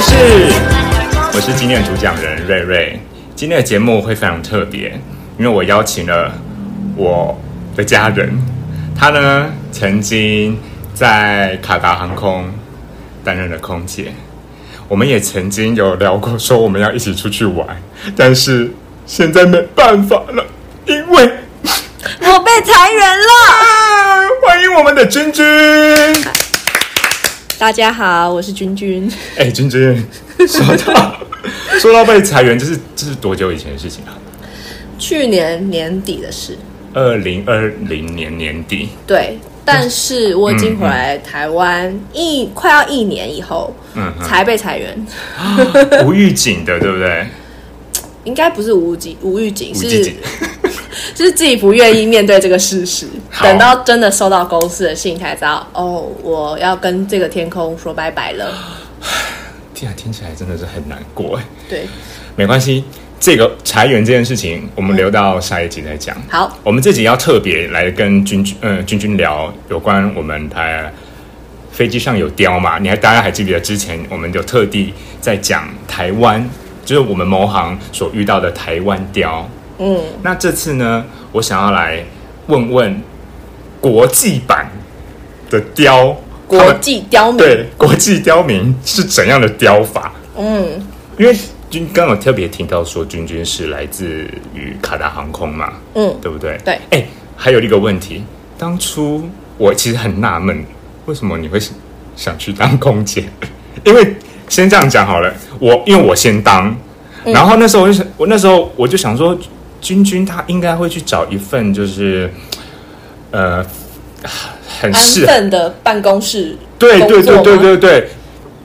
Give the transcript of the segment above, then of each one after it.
事，我是今天的主讲人瑞瑞。今天的节目会非常特别，因为我邀请了我的家人，他呢曾经在卡达航空担任了空姐，我们也曾经有聊过说我们要一起出去玩，但是现在没办法了，因为我被裁员了。啊，欢迎我们的君君。大家好，我是君君。 哎、君君，说到说到被裁员，这是这是多久以前的事情啊？ 去年年底的事，二零二零年年底，对，但是我已经回来台湾一、快要一年以后，嗯哼才被裁员。无预警的，对不对？应该不是无警无预警，无预警是 是自己不愿意面对这个事实。好等到真的收到公司的信，才知道哦，我要跟这个天空说拜拜了。天啊，听起来真的是很难过哎。对，没关系，这个裁员这件事情，我们留到下一集再讲。好，我们这集要特别来跟君君，呃，君君聊有关我们台飞机上有雕嘛？你还大家还记不记得之前我们有特地在讲台湾，就是我们某行所遇到的台湾雕。嗯，那这次呢，我想要来问问国际版的雕，他国们际刁民，对国际刁民是怎样的雕法？嗯，因为君刚有特别提到说，君君是来自于卡达航空嘛，嗯对不对？对哎、还有一个问题，当初我其实很纳闷，为什么你会想想去当空姐？ 因为先这样讲好了，我因为我先当，嗯然后那时候我就想，我那时候我就想说，君君他应该会去找一份就是，呃，很安适合，分的办公室对对工作对吗对对对，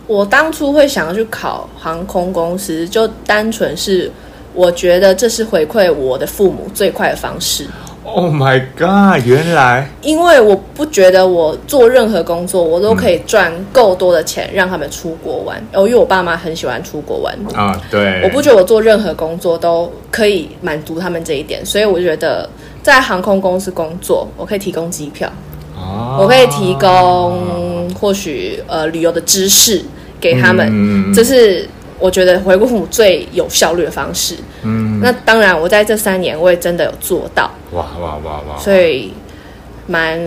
我当初会想要去考航空公司，就单纯是我觉得这是回馈我的父母最快的方式， ，Oh my God，原来。因为我不觉得我做任何工作我都可以赚够多的钱让他们出国玩。哦，因为我爸妈很喜欢出国玩，啊，对，我不觉得我做任何工作都可以满足他们这一点，所以我觉得在航空公司工作，我可以提供机票，啊我可以提供或许呃旅游的知识给他们，嗯这是我觉得回顾父母最有效率的方式。嗯，那当然，我在这三年我也真的有做到，哇哇哇哇！所以蛮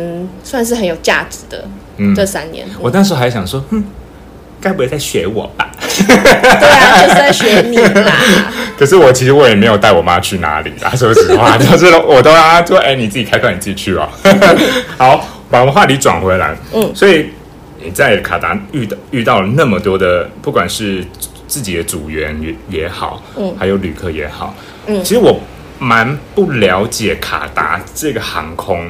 算是很有价值的。嗯这三年，我那时候还想说，哼，该不会在学我吧？对啊，就是在学你啦。 可是我其实我也没有带我妈去哪里啦， 说实话，就是我都让她说，哎、你自己开关，你自己去哦。 好，把我们话题转回来，嗯所以你在卡达遇到遇到了那么多的，不管是自己的组员也也好，嗯还有旅客也好，嗯其实我蛮不了解卡达这个航空，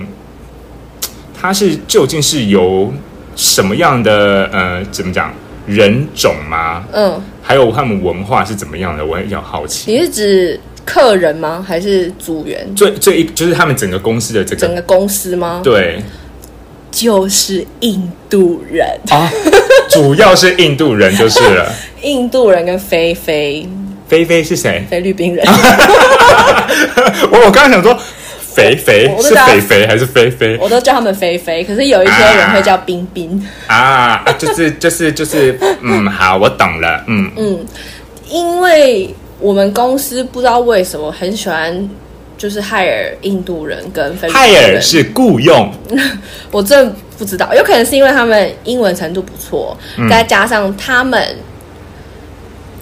它是究竟是由什么样的呃，怎么讲人种吗？嗯，还有他们文化是怎么样的，我也比较好奇。你是指客人吗？还是组员？最最一就是他们整个公司的这整个个公司吗？，对就是印度人， 啊，主要是印度人就是了。印度人跟菲菲 菲菲是谁？菲律 宾人，我我刚刚想说，肥肥我我是知道肥肥还是菲菲我都叫他们菲菲，可是有一些人会叫冰冰。啊？啊就是就是就是， 嗯，好，我懂了，嗯嗯因为我们公司不知道为什么很喜欢，就是海尔印度人跟菲律泰宾人。尔是雇佣，我真的不知道，有可能是因为他们英文程度不错，嗯再加上他们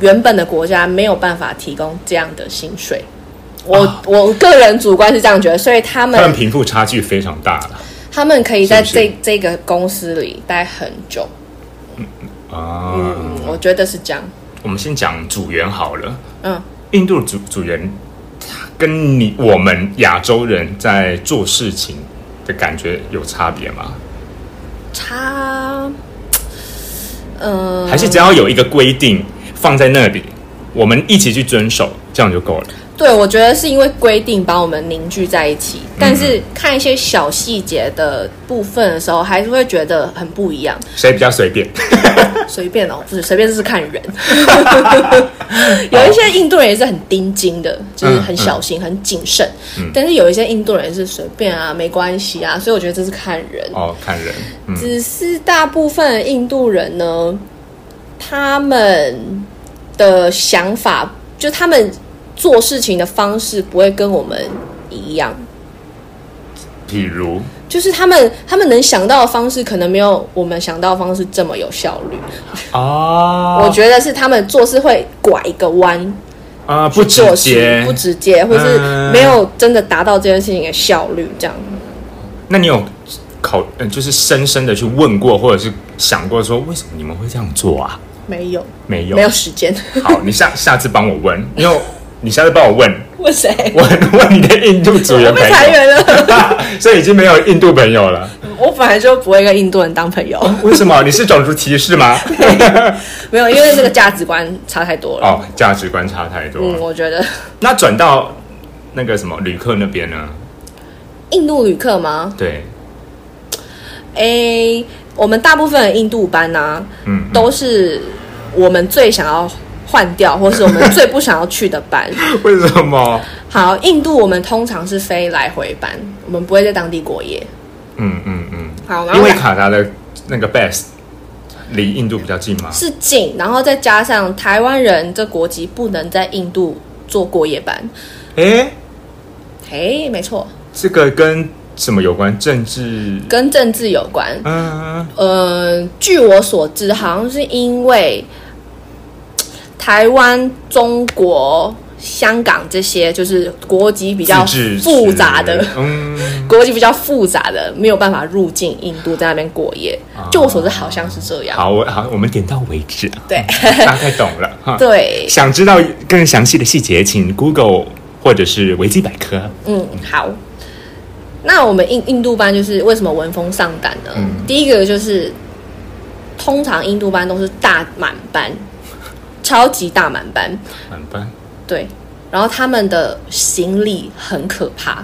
原本的国家没有办法提供这样的薪水。我、我个人主观是这样觉得，所以他啊他们们贫富差距非常大了他们可以在是不是这这个公司里待很久。啊。嗯，我觉得是这样。我们先讲组员好了，嗯，印度组组员他跟你我们亚洲人在做事情的感觉有差别吗？差，嗯、还是只要有一个规定放在那里，我们一起去遵守，这样就够了。对，我觉得是因为规定把我们凝聚在一起，但是看一些小细节的部分的时候，还是会觉得很不一样。谁比较随便？随便哦，不是随便，就是看人。有一些印度人也是很盯紧的，就是很小心、很谨慎。但是有一些印度人是随便啊，没关系啊，所以我觉得这是看人。哦，看人，嗯只是大部分的印度人呢，他们的想法，就他们做事情的方式不会跟我们一样，譬如，就是他们他们能想到的方式，可能没有我们想到的方式这么有效率。哦，我觉得是他们做事会拐一个弯，啊、不直做事接不。直接，或是嗯没有真的达到这件事情的效率，这样。那你有考，呃就是深深的去问过，或者是想过说，为什么你们会这样做啊？没有，没有，没有时间。 好，你下下次帮我问，因为你下次帮我问，问谁？问问你的印度组员我朋被裁友，员了。 所以已经没有印度朋友了。我本来就不会跟印度人当朋友，为什么？你是种族歧视吗？没有，因为这个价值观差太多了。哦，价值观差太多。嗯，我觉得 那转到那个什么旅客那边呢？印度旅客吗？对，诶、我们大部分的印度班呢、嗯，都是我们最想要换掉，或是我们最不想要去的 班。为什么？好，印度我们通常是飞来回班，我们不会在当地过夜。嗯嗯嗯，好，然后因为卡达的那个 best 离印度比较近吗？是近，然后再加上台湾人这国籍不能在印度做过夜班。诶、嘿，没错，这个跟什么有关？政治？跟政治有关。嗯，呃，据我所知，好像是因为台湾、中国、香港这些就是国籍比比较复杂的。嗯，国籍比较复杂的，没有办法入境印度，在那边过夜。就我所知，好像是这样。好，我好，我们点到为 止，对大概懂了。哈对，想知道更详细的细节，请 Google 或者是维基百科。嗯，好。那我们印印度班就是为什么闻风丧胆呢？第一个就是，通常印度班都是大满班，超级大满班，晚班，对。然后他们的行李很可怕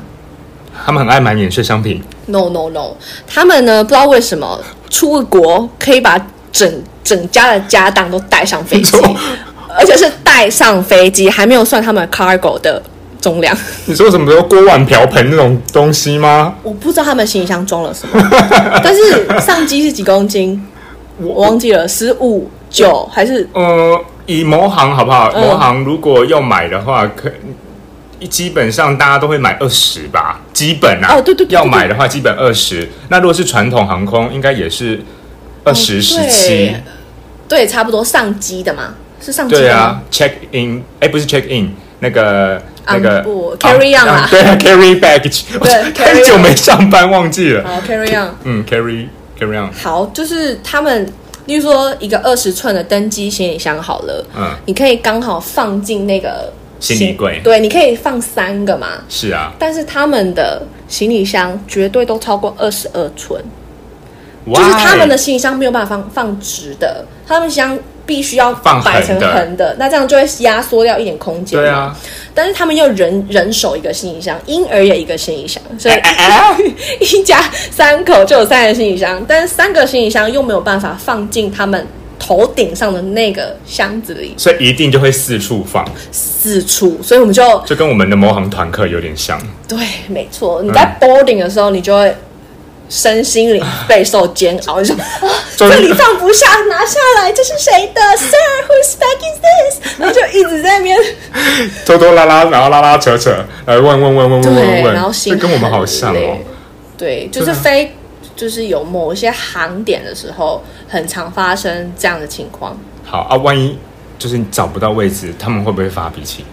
他们很爱买免税商品， ，no no no，他们呢不知道为什么出个国可以把整整家的家当都带上飞 机你说， 而且是带上飞机，还没有算他们 cargo 的重量。你说什么时候锅碗瓢盆那种东西吗？我不知道他们行李箱装 了什么，但是上机是几公斤，我忘记了，十五九还是呃，以某行好不好？嗯某行如果要买的话，可基本上大家都会买二十吧，基本啊。哦对对对对要买的话基本二十。那如果是传统航空，应该也哦是二十十七对。对，差不多上机的嘛，是上机对的啊吗？ ，check in，哎，不是 check in，那个那个哦 On board, carry on 啦对 啊，carry baggage，对 carry 太久 on 没上班忘记了，好，carry 哦 on。嗯，carry carry on，好，就是他们，例如说一个二十寸的登机行李箱好了，嗯你可以刚好放进那个行李柜对，你可以放三个嘛。是啊，但是他们的行李箱绝对都超过二十二寸，就就是他们的行李箱没有办法放放直的，他们箱必须要放横摆成的横的，那这样就会压缩掉一点空间。对，啊，但是他们又人人手一个行李箱，婴儿也一个行李箱，所以 一家三口就有三个行李箱，但是三个行李箱又没有办法放进他们头顶上的那个箱子里 所以一定就会四处放，四处，所以我们就就跟我们的某行团课有点像，对，没错，嗯你在 boarding 的时候，你就会。身心灵备受煎熬，你就啊，终于这里放不下，拿下来，这是谁 的？Sir，whose bag is this？然后就一直在那边拖拖拉拉，然后拉拉扯扯，来问问问问问问对，问，然后心这跟我们很好像哦累，对，就是对啊飞，就是有某一些航点的时候，很常发生这样的情况。好啊，万一就是你找不到位置，他们会不会发脾气？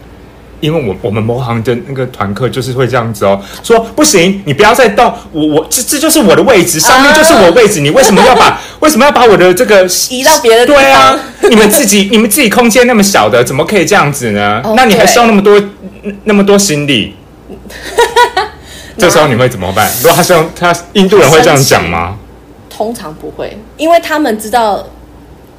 因为我我们某行的那个团客就是会这样子哦，说不行，你不要再动，我我这这就是我的位置，上面就是我位置，你为什么要 把为什么要把我的这个移到别的地方对啊，你们自己你们自己空间那么小的，怎么可以这样子呢？哦那你还对收那么多那么多行 李，这时候你会怎么办？如果他是用他印度人会这样讲吗？通常不会，因为他们知道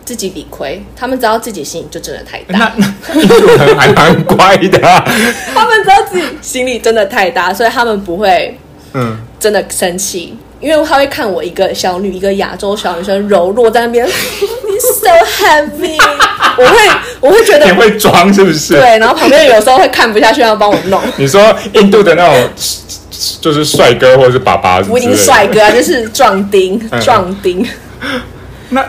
自己理亏，他们知道自己行李就真的太大，那那印度人还蛮乖的啊、 他们知道自己行李真的太大，所以他们不会嗯。真的生气。因为他会看我一个小女，一个亚洲小女生柔弱在那边 你 ，so heavy，我会我会觉得你会装是不是？对，然后旁边有时候会看不下去，要帮我弄。你说印度的那种就是帅哥或者是爸爸之类的，不一定是帅哥啊，就是壮丁嗯，壮丁。那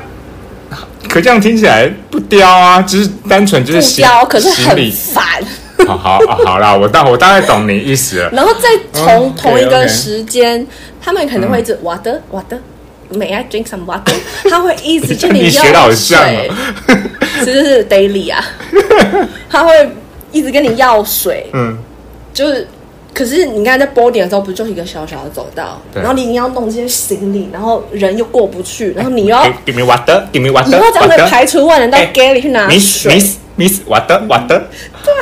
可这样听起来不刁啊，就是单纯就是不心标，可是心很里烦。好好、啊、好啦，我大我大概懂你意思了。然后再同、嗯同一个 OK，OK 时间，他们可能会一嗯直 water water。May I drink some water？他会一直叫 你你要学得好像啊水，这就是 daily 啊。他会一直跟你要水，嗯，就是，可是你刚才在 boarding 的时候，不就是一个小小的走道，对然后你一定要弄这些行李，然后人又过不去，然后你又要 Give- give me water, give me water，以后才能 water 排除万难到哎 galley 去拿 miss 水。啊 miss miss water water，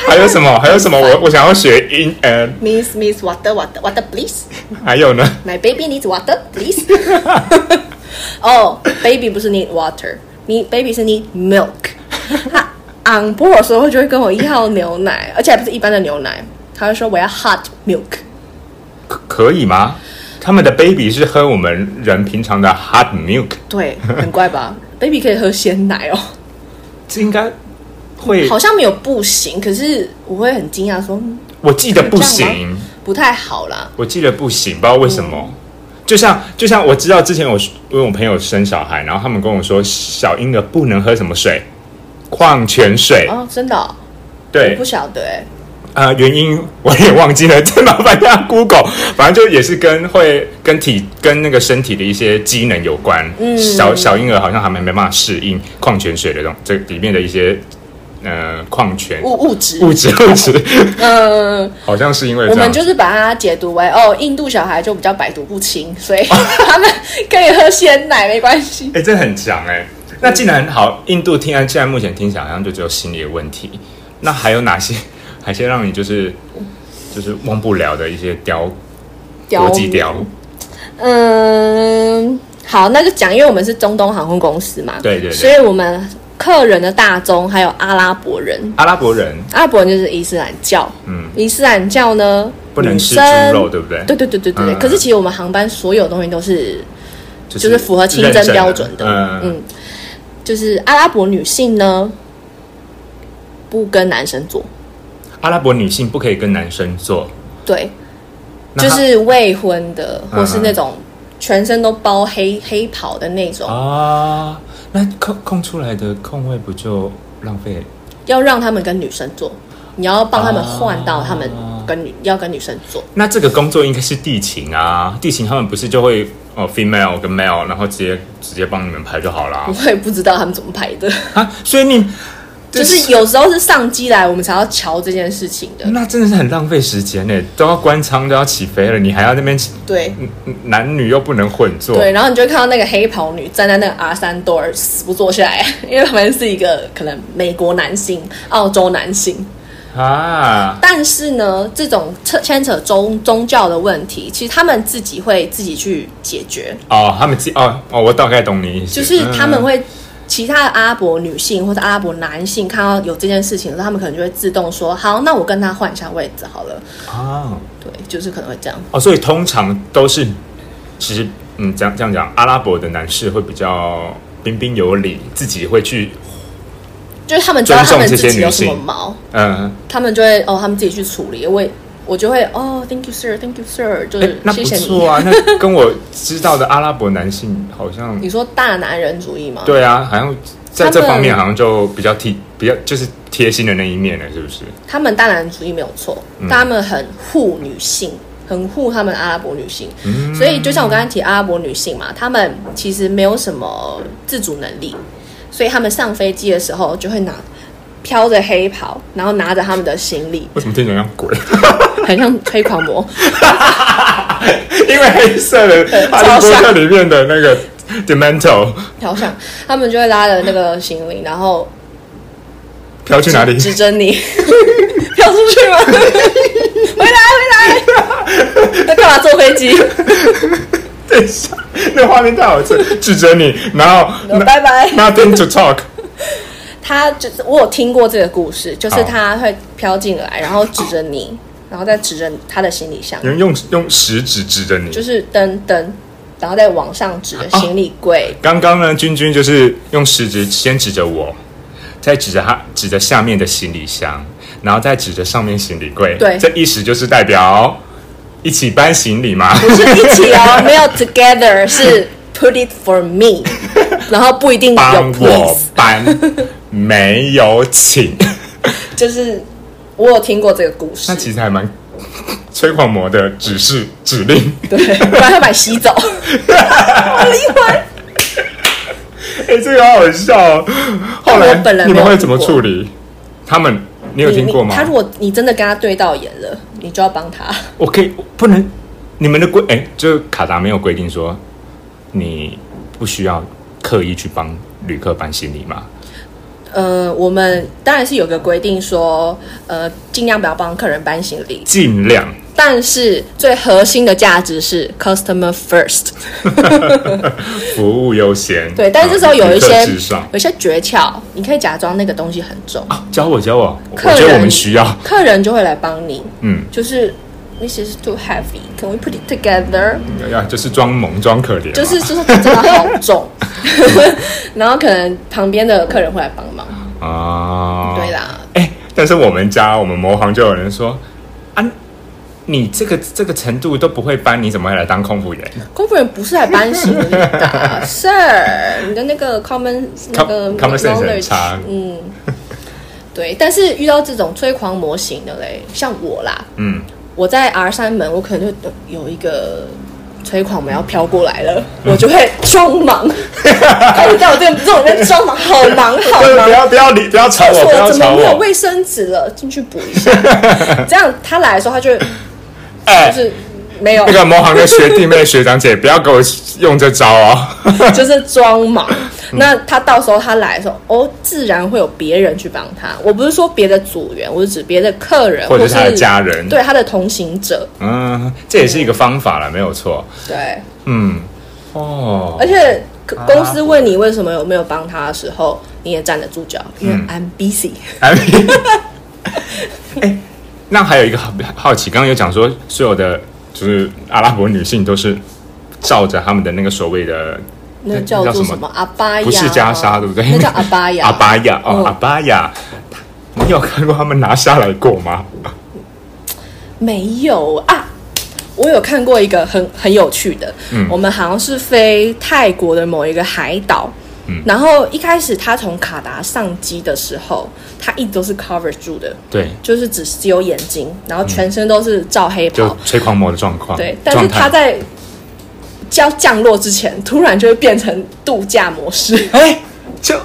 还有什么？还有什么？我我想要学英呃， Miss Miss water water water please。还有呢？ My baby needs water, please. 哦、b a b y 不是 need water，你 baby 是 need milk。他 on board 的时候就会跟我要牛奶，而且还不是一般的牛奶，他会说我要 hot milk。可可以吗？他们的 baby 是喝我们人平常的 hot milk，对，很怪吧？baby 可以喝鲜奶哦，这应该会好，像没有不行，可是我会很惊讶说嗯我记得不有这样嗯行，不太好啦。我记得不行，不知道为什么。就像就像我知道之前我因为我朋友生小孩，然后他们跟我说小婴儿不能喝什么水，矿泉水。哦，真的哦、我对不，晓得哎、呃，原因我也忘记了， 真麻烦大家 Google。反正就也是跟会跟体跟那个身体的一些机能有关。嗯，小小婴儿好像还没没办法适应矿泉水的这种这里面的一些呃矿泉物物质，物质物质，嗯、好像是因为我这们样。就是把它解读为哦，印度小孩就比较百毒不侵，所以他们可以喝鲜奶没关系。哎、这很强哎、那既然好，印度听安现在目前听起来好像就只有心理的问题，那还有哪些 哪些让你就是就是忘不了的一些雕国际雕？嗯，好，那就讲，因为我们是中东航空公司嘛，对对对所以我们客人的大宗还有阿拉伯人，阿拉伯人阿拉伯人就是伊斯兰教，嗯，伊斯兰教呢不能吃女生猪肉，对不对？对对对对对对。嗯可是其实我们航班所有东西都是就就是符合清真标准的，嗯嗯，嗯，就是阿拉伯女性呢不跟男生做。阿拉伯女性不可以跟男生做，对，那就她是未婚的，嗯或是那种全身都包黑黑袍的那种，啊，那空空出来的空位不就浪费？要让他们跟女生做，你要帮他们换到啊他们跟女、要跟女生做。那这个工作应该是地勤啊，地勤他们不是就会哦 female 跟 male，然后直接直接帮你们排就好啦我也不知道他们怎么 排的，啊，所以你就是有时候是上机来我们才要瞧这件事情的。那真的是很浪费时间呢，都要关舱都要起飞了，你还要那边 对嗯嗯男女又不能混坐，对，然后你就会看到那个黑袍女站在那个 R 三 door 死不坐下来，因为他们是一个可能美国男性、澳洲男性，啊，但是呢，这种扯牵扯宗宗教的问题，其实他们自己会自己去解决，哦，他们自哦哦，我大概懂你意思，就是他们嗯会。其他的阿拉伯女性或者阿拉伯男性看到有这件事情的时候，他们可能就会自动说：“好，那我跟他换一下位置好了。哦”对，就是可能会这样。哦，所以通常都是，其实嗯，这样这样讲，阿拉伯的男士会比较彬彬有礼，自己会去就是他们知道他尊们重这自些己有女什性么毛，嗯，他们就会哦，他们自己去处理。我也我就会哦，Thank you sir, Thank you sir，就哎、是那不谢谢错你。啊，那跟我知道的阿拉伯男性好像你说大男人主义吗？对啊，好像在这嗯他们方面好像就比较贴，比较就是贴心的那一面了，是不是？他们当然主义没有错，嗯但他们很护女性，很护他们阿拉伯女性。嗯所以就像我刚才提阿拉伯女性嘛，她们其实没有什么自主能力，所以她们上飞机的时候就会拿飘着黑袍，然后拿着他们的行 ，李为什么听起来像鬼？很像推狂魔。因为黑色的《嗯哈利波特》里面的那个 Demento 飘向，他们就会拉着那个行李，然后飘去哪里？指着你 飘出去吗？ 回来回来，那干嘛坐飞机？ 等一下，那画面太好吃，指着你，然后拜拜。 nothing to talk。他就是我有听过这个故事，就是好他会飘进来，然后指着你，然后再指着他的行李箱，有人用用食指指着你。就是登登，然后再往上指着行李柜，刚刚呢，君君就是用食指先指着我，再指着他指着下面的行李箱，然后再指着上面行李柜。对这意思就是代表一起搬行李嘛。不是一起哦，没有 together，是 put it for me，然后不一定有帮我 please，搬，没有请。就是我有听过这个故事那，其实还蛮吹狂魔的指示指令，对，不然会把你 吸走，我离婚。哎、这个好好笑、哦。后来我本人你没们有会听怎么过处理？他们，你有听过吗？你他如果你真的跟他对到眼了，你就要帮他。我可以不能，你们的规哎、就是卡达没有规定说你不需要刻意去帮旅客搬行李嘛？呃，我们当然是有个规定说，呃，尽量不要帮客人搬行李，尽量但是最核心的价值是 customer first。服务优先。对，但是这时候嗯有一旅些客至上有一些诀窍，你可以假装那个东西很重，啊，教我教我，我客人觉得我们需要，客人就会来帮你。嗯，就是 this is too heavy, can we put it together？要就是装萌装可怜嘛，啊就是就是真的好重， 然后可能旁边的客人会来帮 忙。啊，对啦，哎、但是我们家我们魔皇就有人说啊，你这个这个程度都不会搬，你怎么会来当空服员？空服员不是来搬行李的，Sir，你的那 个 common 那个 common sense 很 knowledge，差嗯，对。但是遇到这种催狂模型的嘞，像我啦，嗯，我在 R 三门，我可能就有一个催狂魔要飘过来了，我就会装忙，看你在我这这种人装忙，好忙好忙不。要不要理不要吵 我，厕不要所怎吵么没有我，卫生纸了？进去补一下。这样他来的时候，他就就哎、是 没有那，个魔行的学弟妹、学长姐，不要给我用这招哦！就是装忙。那他到时候他来的时候，哦，自然会有别人去帮他。我不是说别的组员，我是指别的客人，或或者是他的家人对他的同行者，嗯，这也是一个方法了，没有错。对。嗯，哦，而且可公司问你为什么有没有帮他的时候，你也站得住脚，因嗯为 I'm busy。哎、 那还有一个好好奇，刚刚有讲说，所有的就是阿拉伯女性都是照着他们的那个所谓的那叫做什么？阿巴雅？不是袈裟，对不对？哎那叫阿巴 雅。阿巴雅哦，嗯阿巴雅，你有看过他们拿下来过吗？没有啊，我有看过一个很很有趣的，嗯我们好像是飞泰国的某一个海岛。嗯然后一开始他从卡达上机的时候，他一直都是 cover 住的，对，就是只只有眼睛，然后全身都是罩黑袍。就吹狂魔的状况，对，但是状态他在要降落之前，突然就会变成度假模式，哎、就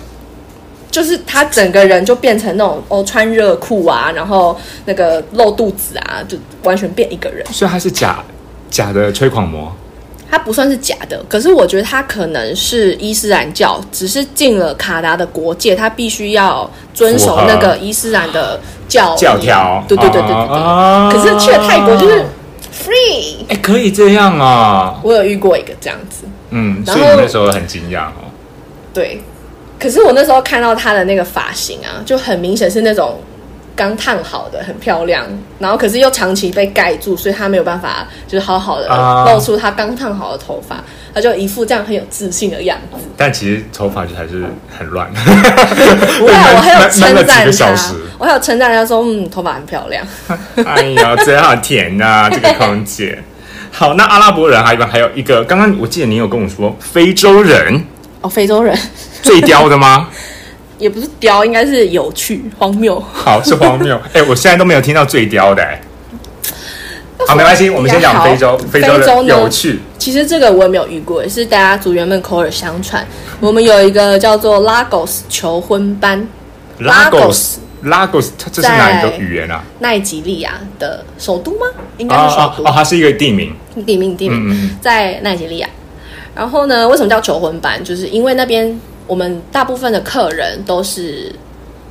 就是他整个人就变成那种哦穿热裤啊，然后那个露肚子啊，就完全变一个人。所以他是假假的吹狂魔。哦他不算是假的，可是我觉得他可能是伊斯兰教，只是进了卡达的国界，他必须要遵守符合那个伊斯兰的教义教条对对对对对对。啊可是去了泰国就是 free。哎、可以这样啊、我有遇过一个这样子，嗯，所然以后你那时候很惊讶哦，对，可是我那时候看到她的那个发型啊，就很明显是那种刚烫好的，很漂亮，然后可是又长期被盖住，所以她没有办法就是好好的啊露出她刚烫好的头发，她就一副这样很有自信的样子。但其实头发就还是很 乱，对啊，我还有闷了几称赞个小她时，，我还有称赞她说，嗯，头发很漂亮。哎呀，真好甜 啊，这个空姐。好，那阿拉伯人还有还有一个，刚刚我记得你有跟我说非洲人哦，非洲人最刁的 吗？也不是刁，应该是有趣荒谬。好，是荒谬。哎、我现在都没有听到最刁的、哎好，没关系，我们先讲非洲，非洲非人洲呢有趣。其实这个我也没有遇过，也是大家组员们口耳相传。我们有一个叫做 Lagos 求婚班，Lagos Lagos，它这是哪一个在语言啊？奈及利亚的首都吗？应哦该是首哦都，哦，它是一个地名。地名地嗯嗯名在奈及利亚。然后呢，为什么叫求婚班？就是因为那边我们大部分的客人都是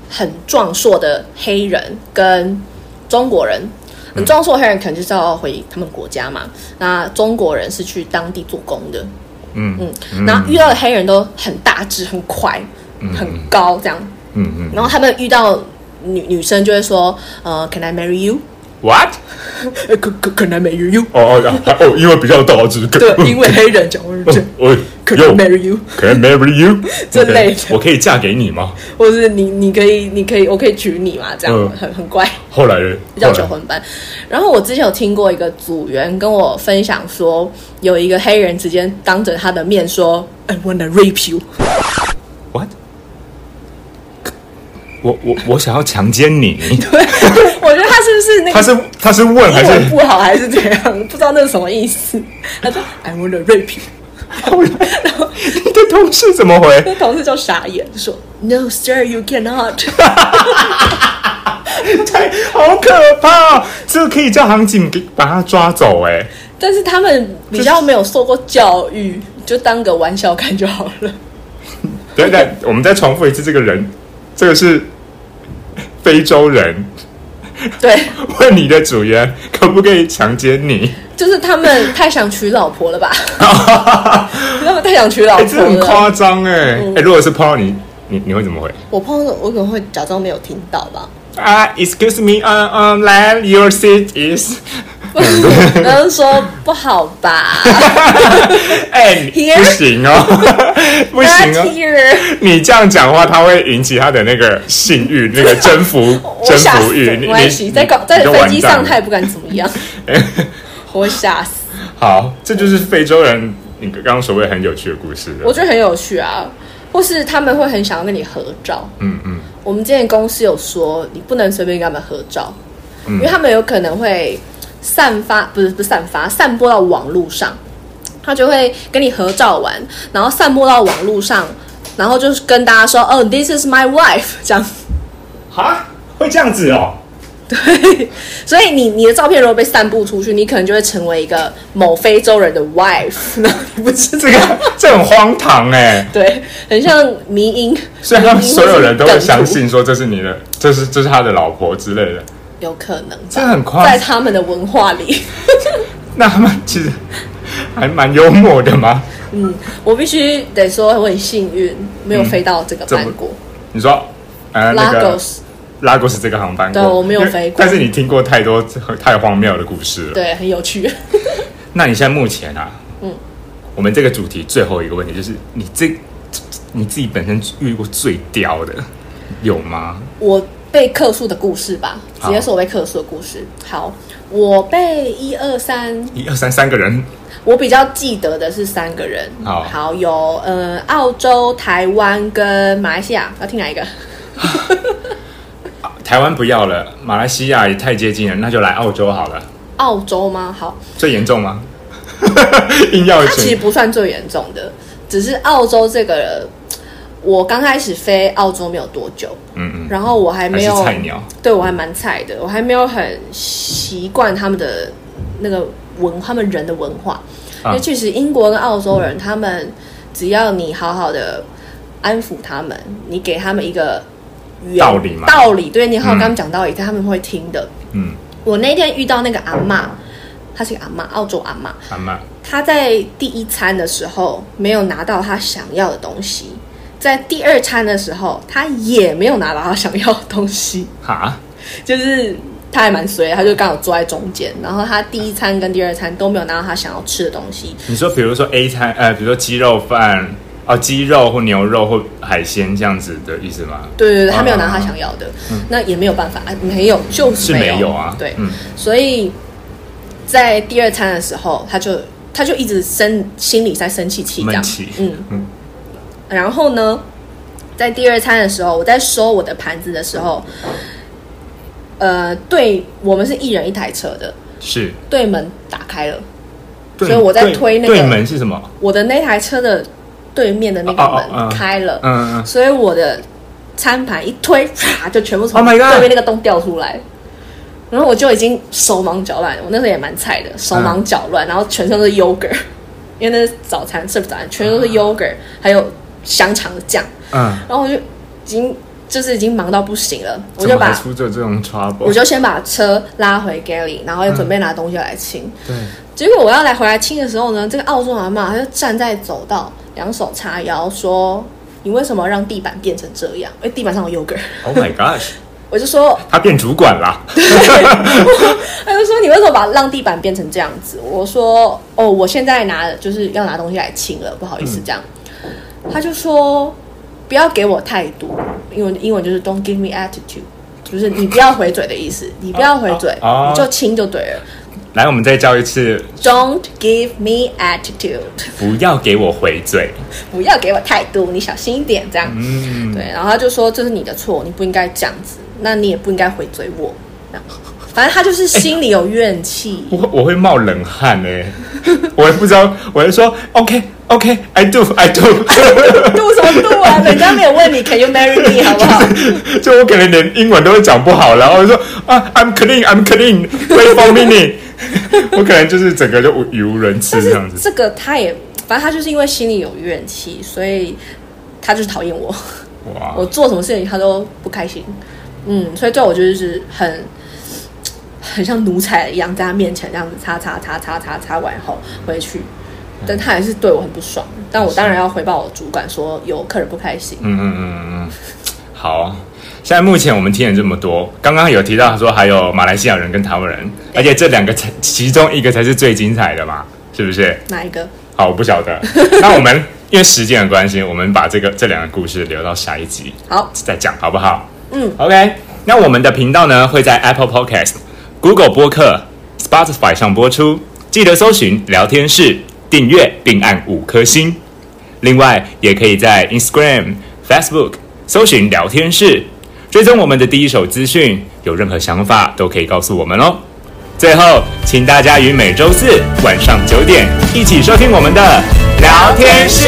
很壮硕的黑人跟中国人。嗯很壮硕的黑人可能就是要回他们国家嘛，那中国人是去当地做工的，嗯嗯嗯，然后遇到的黑人都很大只、很快、很高这样，嗯嗯。然后他们遇到女女生就会说，呃，Can I marry you？ What？呃可可可能 marry you，哦哦哦哦，因为比较大只，可对，因为黑 人讲我这我可能 marry you，哦 可能 marry you 这类的 OK，我可以嫁给你吗？或者是你你可以你可以我可以娶你嘛，这样、嗯很很怪，后来人叫求婚班。然后我之前有听过一个组员跟我分享说，有一个黑人直接当着他的面说，I wanna rape you， What？我我我想要强奸你，对， 我觉得他是不是那他个是他是问还英文是不好还是怎样？不知道那是什么意思。他说 I want to rape you，然后 你的同事怎么回？那同事就傻眼，就说 No sir, you cannot。 太好可怕、哦！这可以叫航警给把他抓走哎、但是他们比较没有受过教育，就当个玩笑看就好了。等等，我们再重复一次，这个人，这个是 非洲人， 对，问你的主人可不可以强奸 你？就是他们太想娶老婆了吧？ 他们太想娶老哎、婆这很了。夸张哎！哎、如果是碰到你，你你会怎么回？我碰到我可能会假装没有听到吧。啊、e x c u s e me，嗯嗯，来，your seat is， 然后说不好吧哎、你不 Here？行 哦， 不，Not 行哦。 here。你这样讲话，他会引起他的那个性欲，那个征 服我征吓服死，欲。你没关系，你在搞你在就飞完机蛋上了他 也不敢怎么样， 我会吓死。好，这就是非洲人你刚刚所谓很有趣的故事了我觉得很有趣啊，或是他们会很想要跟你合照。嗯嗯，我们之前公司有说，你不能随便跟他们合照，嗯因为他们有可能会散发，不是不是散发，散播到网络上，他就会跟你合照完，然后散播到网络上，然后就是跟大家说，哦，this is my wife 这样。哈，会这样子 哦。对，所以你你的照片如果被散布出去，你可能就会成为一个某非洲人的 wife，然后你不知道这。个这很荒唐哎、对，很像迷音，虽然他们所有人都会相迷音或是梗信说这是你的，这是这是他的老婆之类的，图，有可能吧这很夸在他们的文化里， 那他们其实还蛮幽默的嘛。嗯，我必须得说我很幸运，没有飞到这个怎么班过，你说，呃，嗯那拉个 Lagos，拉过是这个航班过，对我没有因为飞过但是你听过太多太荒谬的故事了。对，很有趣。 那你现在目前啊，嗯嗯，我们这个主题最后一个问题就是，你这你自己本身遇过最屌的有吗？我被客诉的故事吧，直接说我被客诉的故事。好，我被一二三，一二三三个人，我比较记得的是三个人，好有呃澳洲、台湾跟马来西亚，要听哪一个？台湾不要了，马来西亚也太接近了，那就来澳洲好了。澳洲吗？好，最严重吗？ 硬要它其实选不算最严重的，只是澳洲这个，我刚开始飞澳洲没有多久，嗯嗯，然后我还还没是有，菜鸟，对我还蛮菜的，我还没有很习惯他们的那个文，他们人的文化，啊因为确实英国跟澳洲人，他们只要你好好的安抚他们，你给他们一个原道理嘛道理，对你好好跟他们讲道理，他们会听的。嗯，我那天遇到那个阿妈，她是个阿妈，澳洲阿妈，阿妈，他在第一餐的时候没有拿到他想要的东西，在第二餐的时候他也没有拿到他想要的东西， 哈，就是他还蛮衰的，他就刚好坐在中间，然后他第一餐跟第二餐都没有拿到他想要吃的东西，你说比如说 A 餐，呃，比如说鸡肉饭，哦，鸡肉或牛肉或海鲜这样子的意思吗？对对对，他没有啊拿他想要的，那也没有办法，啊没有就是是没有没有啊，对，嗯，所以在第二餐的时候，他就他就一直生心里在生气气这闷样气，，嗯。嗯，然后呢，在第二餐的时候，我在收我的盘子的时候，呃，对我们是一人一台车的，是，对门打开了，对所以我在对推那个对门是什么？我的那台车的对面的那哦哦个哦门开了，嗯嗯所以我的餐盘一推，啪，就全部从 Oh my god 对面那个洞掉出来。然后我就已经手忙脚乱，我那时候也蛮菜的，手忙脚嗯乱，然后全身都是 yogurt，因为那是早餐，吃不早餐，全都啊是 yogurt，、还有香肠的酱，嗯，然后我就已经就是已经忙到不行了，我怎就么还把出这这种 trouble，我就先把车拉回 galley，然后又准备拿东西来清。对，结果我要来回来清的时候呢，这个澳洲阿妈她就站在走道，两手叉腰说：“你为什么让地板变成这样？因为地板上有 y o g u r ，Oh my gosh， 我就说，他变主管啦，他就说你为什么把让地板变成这样子？我说哦，我现在拿就是要拿东西来清了，不好意思这样。他就说不要给我态度，英文英文就是 don't give me attitude，就是你不要回嘴的意思，你不要回嘴，哦哦你就清就对了。来，我们再教一次， Don't give me attitude， 不要给我回嘴。不要给我态度，你小心一点，这样。对，然后他就说这是你的错，你不应该这样子，那你也不应该回嘴我。这样，反正他就是心里有怨气。我我会冒冷汗哎、 我也不知道，我就说 OK OK I do I do， 度什么度啊？人家没有问你 Can you marry me 好不好？ 就我可能连英文都会讲不好，然后我就说啊 I'm clean I'm clean wait for minute，我 可能就是整个就语无伦次但这是样子。这个他也，反正他就是因为心里有怨气，所以他就是讨厌我。哇，我做什么事情他都不开心，嗯，所以对我就是很很像奴才一样，在他面前这样子擦擦擦擦擦擦完后回去，但他还是对我很不爽，但我当然要回报我主管说有客人不开心，嗯嗯嗯嗯，嗯，好。现在目前我们听了这么多，刚刚有提到说还有马来西亚人跟台湾人，而且这两个才其中一个才是最精彩的嘛，是不是？哪一个？好，我不晓得。那我们因为时间的关系，我们把这个这两个故事留到下一集好，再讲，好不好？嗯，OK。那我们的频道呢会在 Apple Podcast、Google 播客、Spotify 上播出，记得搜寻“聊天室”，订阅并按五颗星。另外，也可以在 Instagram、Facebook 搜寻“聊天室”，追踪我们的第一手资讯。有任何想法都可以告诉我们哦。最后，请大家于每周四晚上九点一起收听我们的聊天室，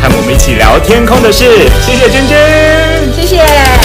和我们一起聊天空的事。谢谢娟娟。谢谢。